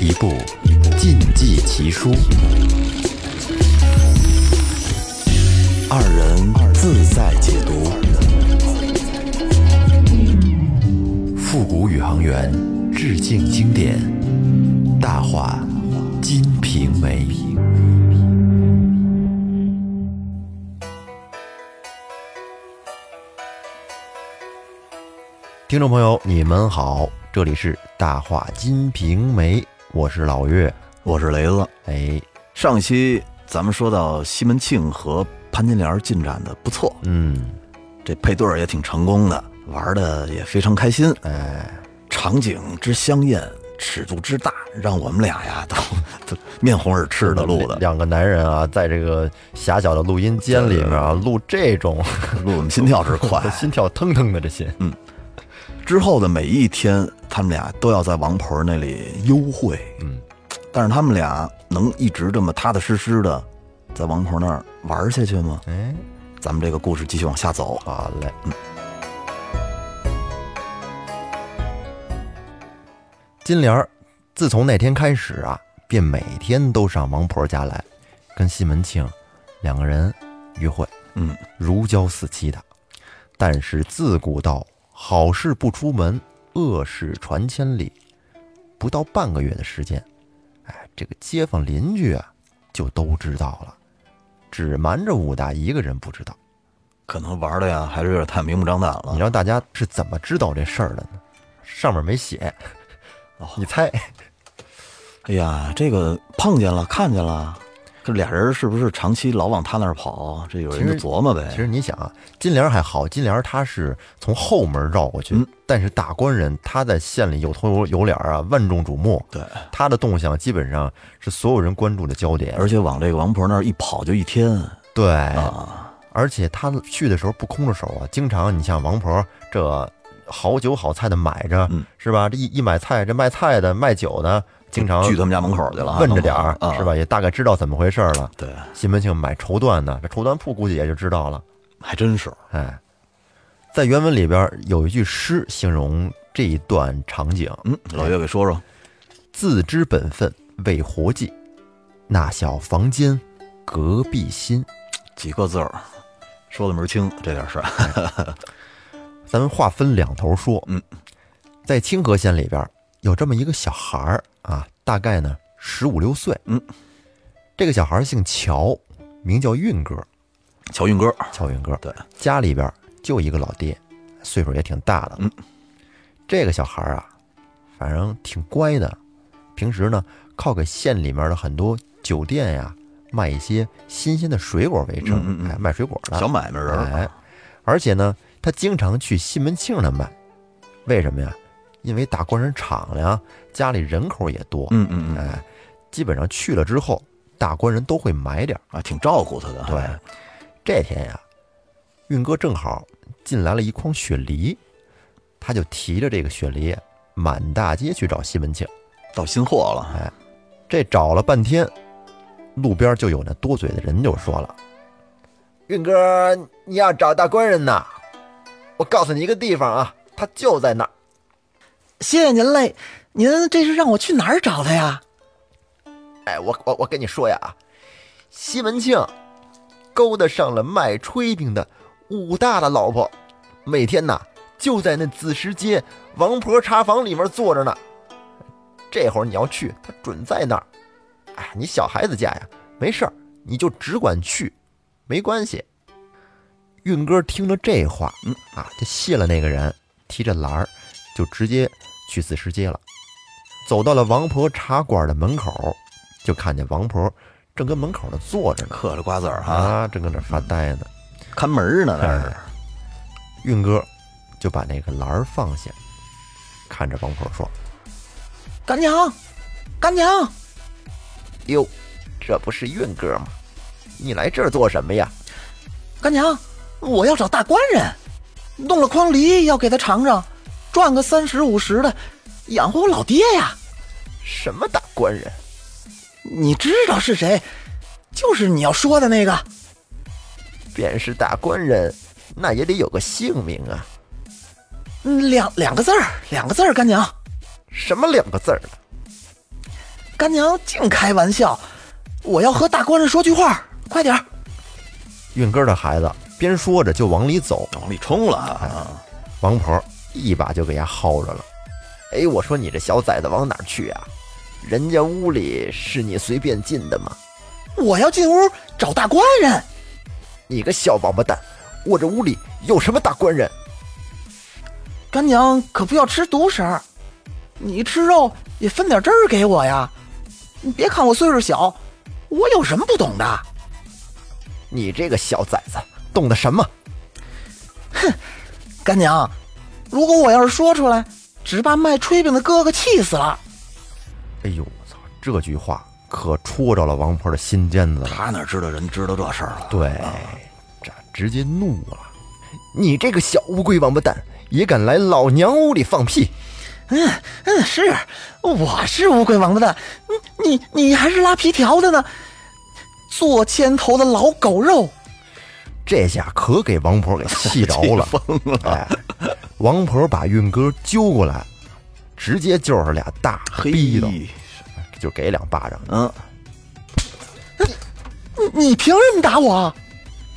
一部禁忌奇书，二人自在解读。复古宇航员致敬经典，大话《金瓶梅》。听众朋友，你们好，这里是大话《金瓶梅》，我是老岳。我是雷子。哎，上期咱们说到西门庆和潘金莲进展的不错，嗯，这配对儿也挺成功的，玩的也非常开心。哎，场景之香艳，尺度之大，让我们俩呀都 都面红耳赤的录的，两个男人啊，在这个狭小的录音间里面啊，录这种，。录我们心跳之快 心跳腾腾的，这心。之后的每一天，他们俩都要在王婆那里幽会，嗯，但是他们俩能一直这么踏踏实实的在王婆那儿玩下去吗？哎，咱们这个故事继续往下走。好嘞。金莲儿自从那天开始啊，便每天都上王婆家来，跟西门庆两个人约会，嗯，如胶似漆的。但是自古道，好事不出门，恶事传千里。不到半个月的时间，哎，这个街坊邻居啊，就都知道了，只瞒着武大一个人不知道。可能玩的呀还是有点太明目张胆了你。让大家是怎么知道这事儿的呢？上面没写哦， 你猜？哎呀，这个碰见了，看见了，这俩人是不是长期老往他那儿跑？这有人就琢磨其呗。实你想啊，金莲还好，金莲她是从后门绕过去，嗯但是大官人他在县里有头有有脸儿啊，万众瞩目，对，他的动向基本上是所有人关注的焦点。而且往这个王婆那儿一跑就一天对，啊，而且他去的时候不空着手啊，经常你像王婆这好酒好菜的买着，嗯是吧？这一一买菜，这卖菜的卖酒的，经常聚他们家门口去了啊，问着点儿、啊，是？吧？也大概知道怎么回事儿了。对，西门庆买绸缎的，这绸缎铺估计也就知道了。还真是。哎，在原文里边有一句诗形容这一段场景嗯，老岳给说说。：“自知本分为活计，那小房间隔壁心。几个字儿，说的门儿清，这点事儿。” 咱们话分两头说。嗯，在清河县里边有这么一个小孩儿啊，大概呢十五六岁。嗯，这个小孩儿姓乔，名叫运哥。乔运哥，乔云哥，对，家里边就一个老爹，岁数也挺大的了。嗯这个小孩儿啊，反正挺乖的，平时呢靠给县里面的很多酒店呀卖一些新鲜的水果为生，嗯嗯嗯哎，卖水果的小买卖人儿，哎，而且呢，他经常去西门庆那卖，为什么呀？因为大官人敞亮，家里人口也多，嗯嗯嗯，哎，基本上去了之后，大官人都会买点儿。啊，挺照顾他的。对，这天呀，运哥正好进来了一筐雪梨，他就提着这个雪梨满大街去找西门庆。到新货了，这找了半天，路边就有那多嘴的人就说了：“运哥，你要找大官人呐？我告诉你一个地方啊，他就在那儿。谢谢您嘞。您这是让我去哪儿找他呀？哎，我我我跟你说呀啊，西门庆勾搭上了卖炊饼的武大的老婆，每天呐就在那子时街王婆茶坊里面坐着呢。这会儿你要去，他准在那儿。哎，你小孩子家呀，没事儿，你就只管去，没关系。运哥听了这话，嗯啊，就谢了那个人，提着篮儿就直接去子时街了。走到了王婆茶馆的门口，就看见王婆正跟门口那坐着呢，嗑着瓜子儿哈，啊，正跟那儿发呆呢。看门儿呢，那是。运哥就把那个篮儿放下，看着王婆说干娘，干娘，：“哟，这不是运哥吗？你来这儿做什么呀？干娘，我要找大官人，弄了筐梨要给他尝尝，赚个三十五十的，养活我老爹呀。什么大官人？你知道是谁？就是你要说的那个。便是大官人，那也得有个姓名啊。嗯两两个字儿，两个字儿，干娘。什么两个字儿呢？干娘净开玩笑，我要和大官人说句话，快点儿！运哥的孩子边说着就往里走，往里冲了啊！王婆一把就给他薅着了。哎，我说你这小崽子往哪儿去啊？人家屋里是你随便进的吗？我要进屋找大官人。你个小王八蛋，我这屋里有什么大官人？干娘可不要吃独食儿，你吃肉也分点汁儿给我呀！你别看我岁数小，我有什么不懂的？你这个小崽子懂得什么？干娘，如果我要是说出来，只把卖炊饼的哥哥气死了。哎呦，我操！这句话可戳着了王婆的心尖子了。他哪知道人知道这事儿了？对，这直接怒了。你这个小乌龟王八蛋，也敢来老娘屋里放屁！嗯嗯，是，我是乌龟王八蛋，嗯你你你还是拉皮条的呢，做牵头的老狗肉。这下可给王婆给 气着了，疯了！哎，王婆把运哥揪过来，直接就是俩大嘿，逼斗，就给两巴掌。嗯，你你凭什么打我？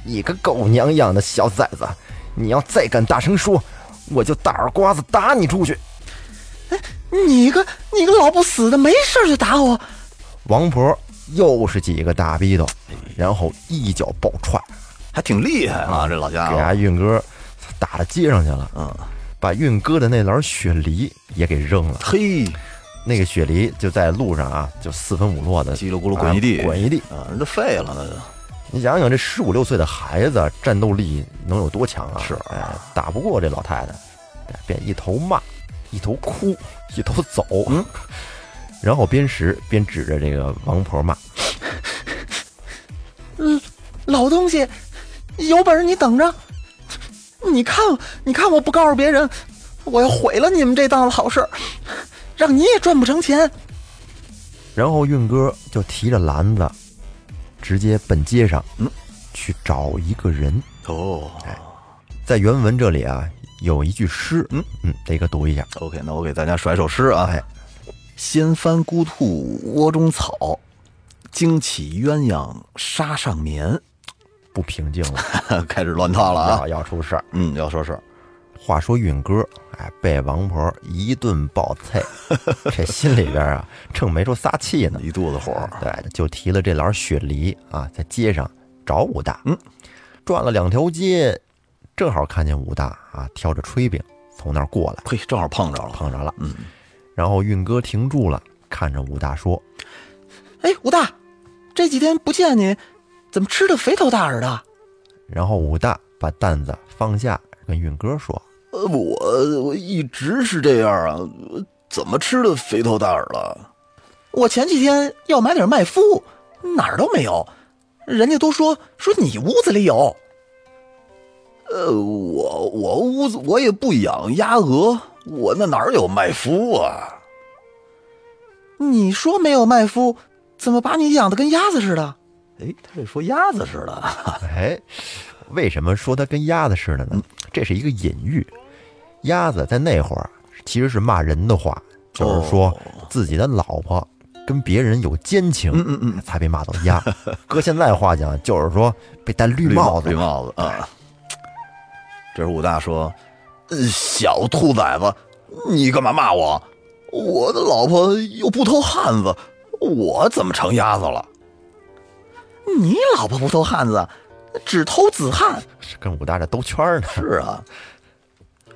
你个狗娘养的小崽子，你要再敢大声说，我就大耳刮子打你出去！你个你个老不死的，没事儿就打我。王婆又是几个大逼斗，然后一脚暴踹，还挺厉害啊，这老家给伙。俺运哥打到街上去了，嗯，把运哥的那篮雪梨也给扔了。嘿，那个雪梨就在路上啊，就四分五落的叽里咕噜滚一地，啊滚一地。啊，人都废了，那就你想想，这十五六岁的孩子战斗力能有多强啊？是哎，打不过这老太太，哎便一头骂，一头哭，一头走，嗯， 然后边拾边指着这个王婆骂。嗯，老东西，有本事你等着。你看你看，我不告诉别人，我要毁了你们这档子好事儿，让你也赚不成钱。然后运哥就提着篮子，直接奔街上，嗯，去找一个人。哦。在原文这里啊，有一句诗，嗯嗯，得给读一下。 OK，那我给大家甩首诗啊。哎掀翻孤兔窝中草，惊起鸳鸯沙上眠。 不平静了，开始乱套了 啊要！要出事儿。嗯，要说事儿，话说运哥，哎，被王婆一顿暴踹， 这心里边啊，正没处撒气呢，一肚子火。对，就提了这篮雪梨啊，在街上找武大，嗯，转了两条街，正好看见武大啊，挑着炊饼从那儿过来，嘿，正好碰着了。碰着了，嗯，然后运哥停住了，看着武大说哎，武大，这几天不见你，怎么吃的肥头大耳的？然后武大把担子放下，跟运哥 说呃，我我一直是这样啊，我怎么吃的肥头大耳了？我前几天要买点麦麸，哪儿都没有，人家都说说你屋子里有。呃，我我屋子我也不养鸭鹅，我那哪儿有麦麸啊？你说没有麦麸，怎么把你养的跟鸭子似的？哎，他这说鸭子似的。：“哎，为什么说他跟鸭子似的呢？这是一个隐喻。鸭子在那会儿其实是骂人的话，就是说哦自己的老婆跟别人有奸情，嗯嗯嗯，才被骂到 鸭。搁现在话讲，就是说被戴绿绿帽子绿。帽子啊。这是武大说：“呃小兔崽子，你干嘛骂我？我的老婆又不偷汉子，我怎么成鸭子了？你老婆不偷汉子，只偷子汉。是跟武大这兜圈儿呢。是啊。”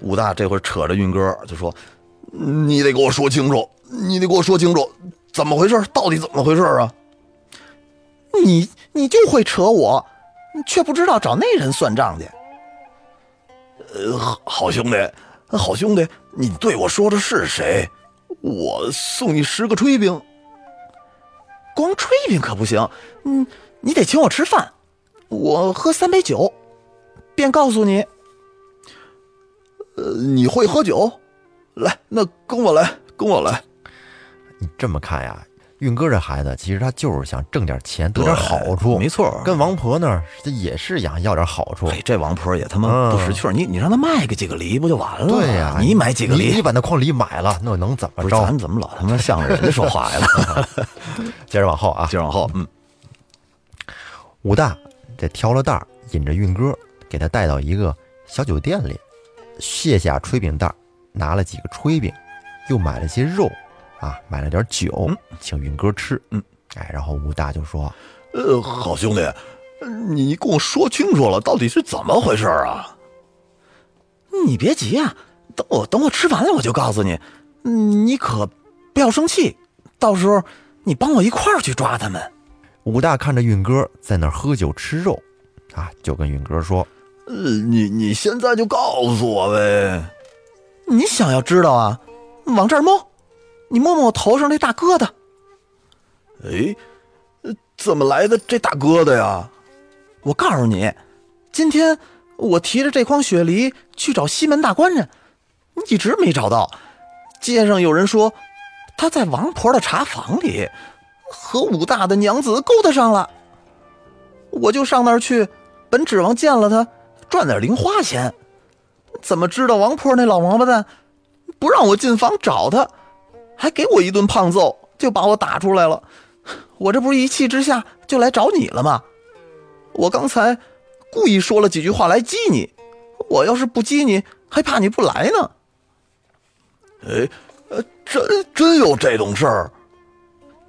武大这会扯着运哥就说：“你得给我说清楚，你得给我说清楚，怎么回事？到底怎么回事啊？你你就会扯我，却不知道找那人算账去。呃好兄弟，好兄弟，你对我说的是谁？我送你十个炊饼。”光炊饼可不行，嗯，你得请我吃饭，我喝三杯酒，便告诉你。呃，你会喝酒？来，那跟我来，跟我来。你这么看呀，运哥这孩子其实他就是想挣点钱，得点好处，没错。跟王婆那儿这也是想要点好处。啊哎，这王婆也他妈不识趣儿，你你让他卖个几个梨不就完了？对呀、啊你买几个你梨你，把那矿梨买了，那我能怎不么是咱着们？怎么老他妈向着人家说话 呀？接着往后啊，接着往后，嗯，武大这挑了担儿，引着运哥给他带到一个小酒店里，卸下炊饼袋儿，拿了几个炊饼，又买了些肉，啊，买了点酒，请运哥吃。嗯，哎，然后武大就说呃，好兄弟，呃你跟我说清楚了，到底是怎么回事儿啊？你别急啊，等我等我吃完了我就告诉你，你可不要生气，到时候你帮我一块儿去抓他们。：“武大看着运哥在那儿喝酒吃肉，啊，就跟运哥说，呃，你你现在就告诉我呗。你想要知道啊，往这儿摸，你摸摸我头上那大疙瘩，哎，怎么来的这大疙瘩呀？我告诉你，今天我提着这筐雪梨去找西门大官人，一直没找到。街上有人说他在王婆的茶房里和武大的娘子勾搭上了，我就上那儿去，本指望见了他赚点零花钱，怎么知道王婆那老王八蛋不让我进房找他，还给我一顿胖揍，就把我打出来了。我这不是一气之下就来找你了吗？我刚才故意说了几句话来激你，我要是不激你，还怕你不来呢。哎，呃，真真有这种事儿？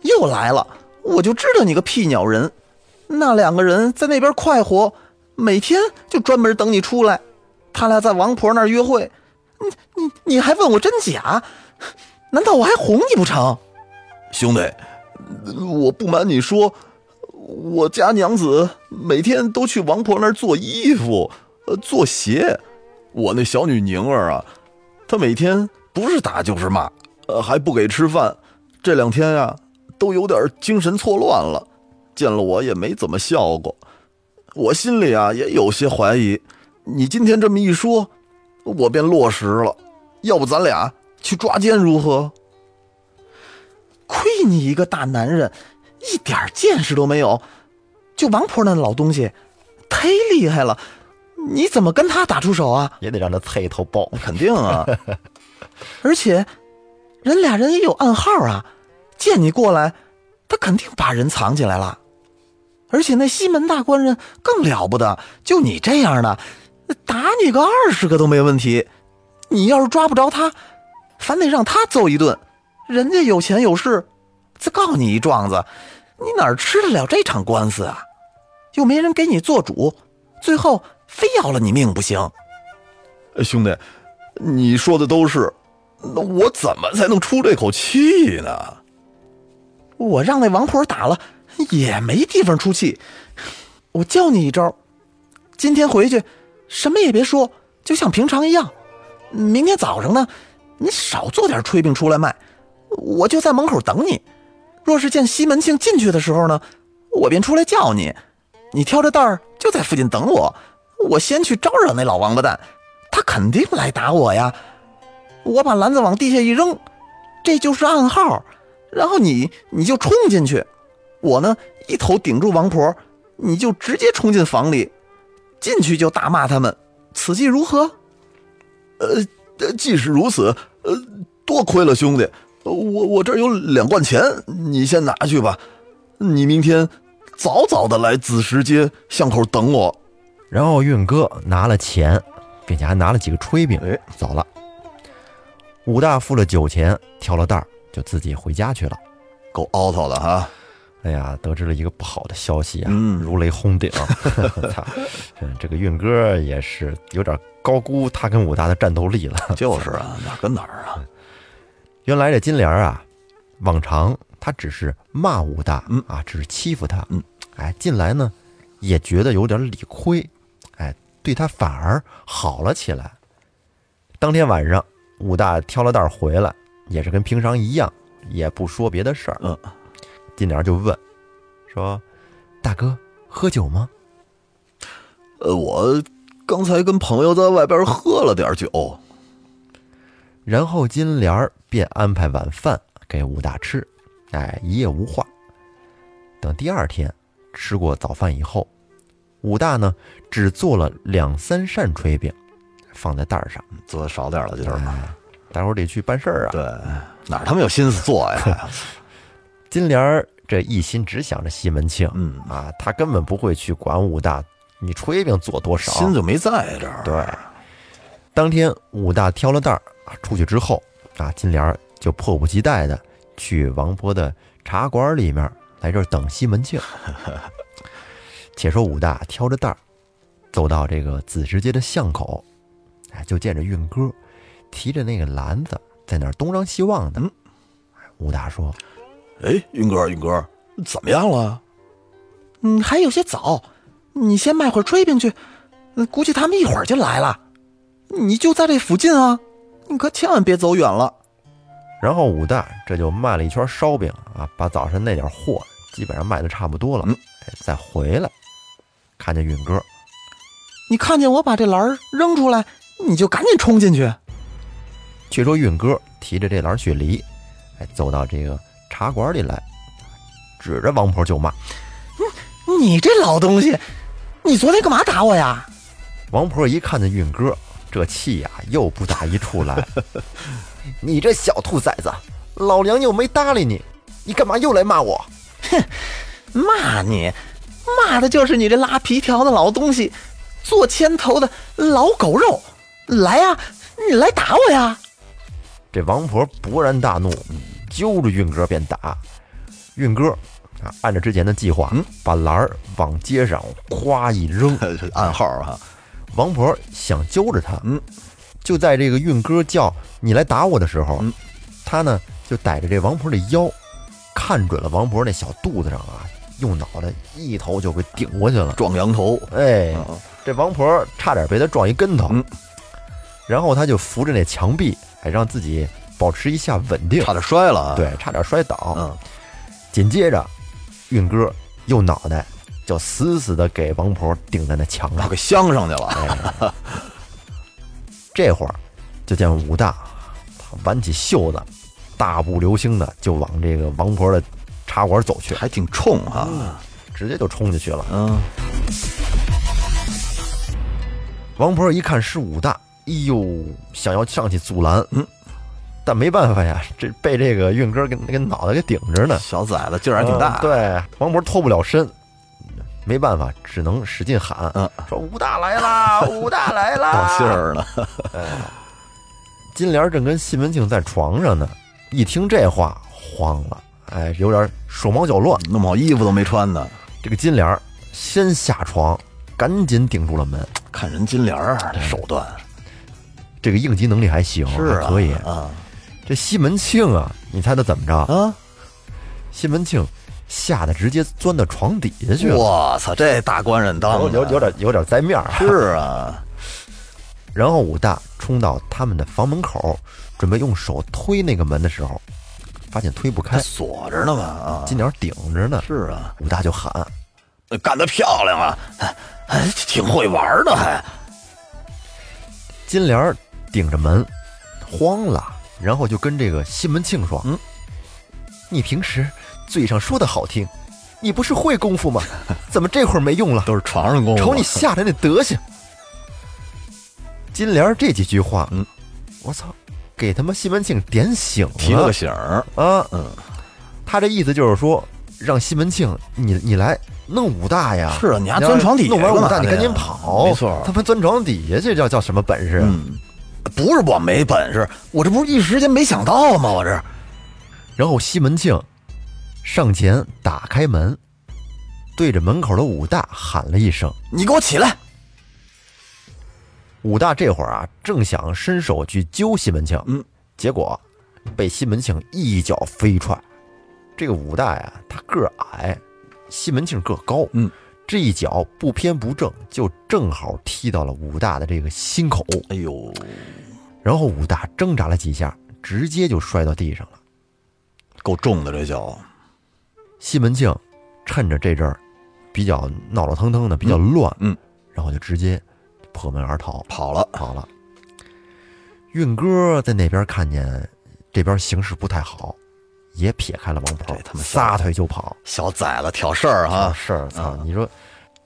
又来了，我就知道你个屁鸟人。那两个人在那边快活，每天就专门等你出来。他俩在王婆那儿约会，你你你还问我真假？难道我还哄你不成？兄弟，我不瞒你说，我家娘子每天都去王婆那儿做衣服，呃，做鞋。我那小女宁儿啊，她每天不是打就是骂，呃，还不给吃饭。这两天啊，都有点精神错乱了，见了我也没怎么笑过。我心里啊也有些怀疑，你今天这么一说，我便落实了。要不咱俩去抓奸如何？亏你一个大男人，一点见识都没有。 就王婆那老东西，忒厉害了，你怎么跟他打出手啊？也得让他菜头爆。肯定啊。而且，人俩人也有暗号啊，见你过来，他肯定把人藏起来了。而且那西门大官人更了不得，就你这样的，打你个二十个都没问题。你要是抓不着他，反得让他揍一顿。人家有钱有势，再告你一状子，你哪儿吃得了这场官司啊？又没人给你做主，最后非要了你命不行。哎兄弟，你说的都是，那我怎么才能出这口气呢？我让那王婆打了，也没地方出气。我教你一招，今天回去什么也别说，就像平常一样。明天早上呢，你少做点炊饼出来卖，我就在门口等你。若是见西门庆进去的时候呢，我便出来叫你。你挑着担儿就在附近等我，我先去招惹那老王八蛋，他肯定来打我呀。我把篮子往地下一扔，这就是暗号。然后你你就冲进去，我呢一头顶住王婆，你就直接冲进房里，进去就大骂他们，此计如何？呃即使如此，呃，多亏了兄弟，呃我我这儿有两贯钱，你先拿去吧。你明天早早的来子时街巷口等我。然后运哥拿了钱，并且还拿了几个炊饼哎，走了。武大付了酒钱，挑了担儿，就自己回家去了。够凹槽的哈！哎呀，得知了一个不好的消息啊，嗯如雷轰 顶。 操，嗯这个运哥也是有点高估他跟武大的战斗力了。就是啊，哪儿跟哪儿啊？原来这金莲儿啊，往常他只是骂武大，啊，只是欺负他，嗯，哎，近来呢，也觉得有点理亏，哎，对他反而好了起来。当天晚上，武大挑了担儿回来，也是跟平常一样，也不说别的事儿。嗯，金莲儿就问说：“大哥，喝酒吗呃，我刚才跟朋友在外边喝了点酒。？”然后金莲儿便安排晚饭给武大吃，哎，一夜无话。等第二天吃过早饭以后，武大呢只做了两三扇炊饼，放在袋儿上。做的少点了，这事儿。待会儿得去办事儿啊。对，哪儿他妈有心思做 呀？金莲儿这一心只想着西门庆，嗯啊，他根本不会去管武大你炊饼做多少。心就没在这儿。对，当天武大挑了担儿啊，出去之后啊，金莲儿就迫不及待的去王婆的茶馆里面来这儿等西门 庆。且说武大挑着担儿走到这个子时街的巷口，哎，就见着运哥提着那个篮子在那儿东张西望的。嗯武大说哎，云哥，云哥，怎么样了？嗯，还有些早，你先卖会儿炊饼去，嗯估计他们一会儿就来了。你就在这附近啊，你可千万别走远了。然后武大这就卖了一圈烧饼啊，把早晨那点货基本上卖的差不多了，嗯哎再回来，看见运哥，你看见我把这篮儿扔出来，你就赶紧冲进去。却说运哥提着这篮雪梨，哎，走到这个茶馆里来，指着王婆就骂。你这老东西，你昨天干嘛打我呀？王婆一看见运哥，这气呀、又不打一处来。你这小兔崽子，老娘又没搭理你，你干嘛又来骂我？啊骂你，骂的就是你这拉皮条的老东西，做牵头的老狗肉。来呀、你来打我呀！这王婆勃然大怒，揪着运哥便打。运哥啊，按照之前的计划，把篮儿往街上夸一扔。这暗号啊，王婆想揪着他，嗯，就在这个运哥叫你来打我的时候，嗯他呢就逮着这王婆的腰，看准了王婆那小肚子上啊，用脑袋一头就给顶过去了。撞羊头。哎，嗯这王婆差点被他撞一跟头，嗯然后他就扶着那墙壁，哎，让自己保持一下稳定差，点摔了啊！，对，差点摔倒。嗯，紧接着，运哥用脑袋就死死的给王婆顶在那墙上啊我。给镶上去哎了。这会儿就见武大他挽起袖子，大步流星的就往这个王婆的茶馆走去，还挺冲哈。直接就冲进去了。嗯，王婆一看是武大，哎呦，想要上去阻拦，嗯，但没办法呀，这被这个运哥跟跟脑袋给顶着呢，小崽子劲儿还挺大。嗯，对，王婆脱不了身。没办法，只能使劲喊，嗯说武大来啦，武大来 啦！报信儿呢。金莲正跟西门庆在床上呢，一听这话慌了，哎，有点手忙脚乱。弄不好衣服都没穿呢。这个金莲儿先下床，赶紧顶住了门。看人金莲儿这手段这个应急能力还行，还嗯可以。啊这西门庆啊，你猜他怎么着？啊！西门庆吓得直接钻到床底下去了，我操，这大官人当有的啊有有点有点栽面儿。是啊，然后武大冲到他们的房门口，准备用手推那个门的时候，发现推不还开，锁着呢嘛啊！金莲儿顶着呢。是啊，武大就喊，干得漂亮啊！还挺会玩的，还金莲儿顶着门，慌了，然后就跟这个西门庆说：“嗯，你平时嘴上说的好听，你不是会功夫 吗？怎么这会儿没用了？都是床上功夫。瞅你吓的那德行！”金莲儿这几句话，嗯，我操，给他妈西门庆点醒提了了个醒儿，啊！嗯，他这意思就是说，让西门庆你你来弄武大呀！是啊你还要钻床底下弄完武干嘛大你赶去呀紧跑，没错他妈钻床底下，这叫叫什么本事啊？嗯，不是我没本事，我这不是一时间没想到吗？我这然后西门庆上前打开门，对着门口的武大喊了一声。你给我起来！武大这会儿啊，正想伸手去揪西门庆，嗯，结果被西门庆一脚飞踹。这个武大呀，他个儿矮，西门庆个儿高，嗯，这一脚不偏不正，就正好踢到了武大的这个心口，哎呦，然后武大挣扎了几下，直接就摔到地上了。够重的这脚，西门庆趁着这阵儿比较闹闹腾腾的，比较乱，嗯然后就直接破门而逃，跑了。跑了。运哥在那边看见这边形势不太好，也撇开了王婆这，他妈小撒腿就跑。啊小崽子挑事儿哈，是，操！你说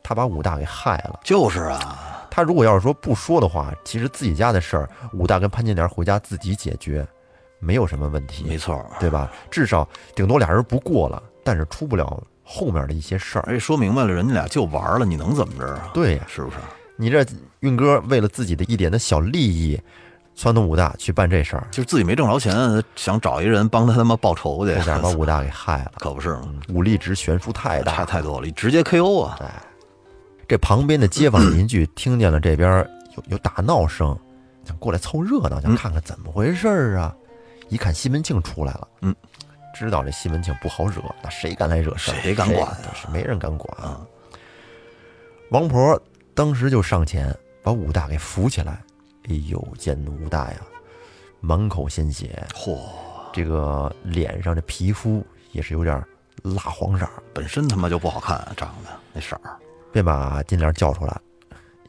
他把武大给害了。就是啊，他如果要是说不说的话，其实自己家的事儿，武大跟潘金莲回家自己解决，没有什么问没题，错儿。对吧？至少顶多俩人不过了，但是出不了后面的一些事儿。而且说明白了，人家俩就玩儿了，你能怎么着啊？对呀、是不是？你这运哥为了自己的一点的小利益，撺掇武大去办这事儿，就是自己没挣着钱，想找一人帮他他妈报仇去这，下把武大给害了， 可不是吗？武力值悬殊太大差太多了，直接 KO 啊！这旁边的街坊邻居听见了这边儿有有打闹声，想过来凑热嗯闹，想看看怎么回事儿啊。一看西门庆出来了，嗯，知道这西门庆不好惹，那谁敢来惹事儿？谁敢啊嗯管呀是没人敢管。啊王婆当时就上前把武大给扶起来，哎呦，见武大呀，满口鲜血，嚯，这个脸上这皮肤也是有点儿蜡黄色儿，本身他妈就不好看，长得那色儿，便把金莲叫出来，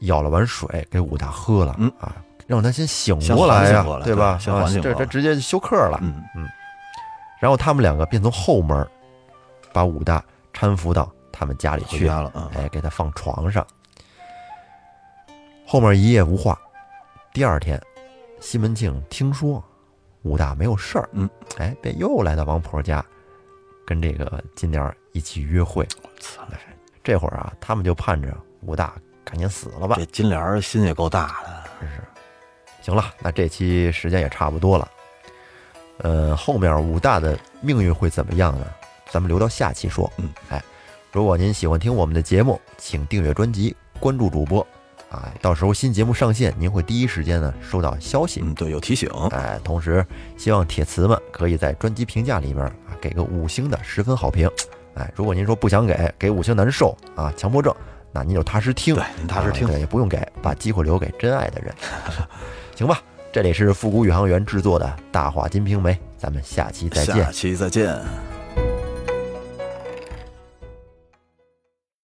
舀了碗水给武大喝了，嗯啊，让他先醒先过来呀、缓醒过来对吧？对先啊缓醒这过这来直接休克了。嗯，然后他们两个便从后门把武大搀扶到他们家里去去，压了，嗯，哎，给他放床上。后面一夜无话。第二天，西门庆听说武大没有事儿，嗯，哎，便又来到王婆家，跟这个金莲儿一起约会。我操，这会儿啊，他们就盼着武大赶紧死了吧这。金莲儿心也够大的，行了，那这期时间也差不多了。呃，后面武大的命运会怎么样呢？咱们留到下期说。嗯，哎，如果您喜欢听我们的节目，请订阅专辑，关注主播。啊，到时候新节目上线，您会第一时间呢收到消息。嗯，对，有提醒，哎，同时希望铁瓷们可以在专辑评价里面啊给个五星的十分好评。哎，如果您说不想给，给五星难受啊，强迫症，那您就踏实听。对，您踏实听啊，对，也不用给，把机会留给真爱的 人，行吧？这里是复古宇航员制作的《大话金瓶梅》，咱们下期再见下。期再见。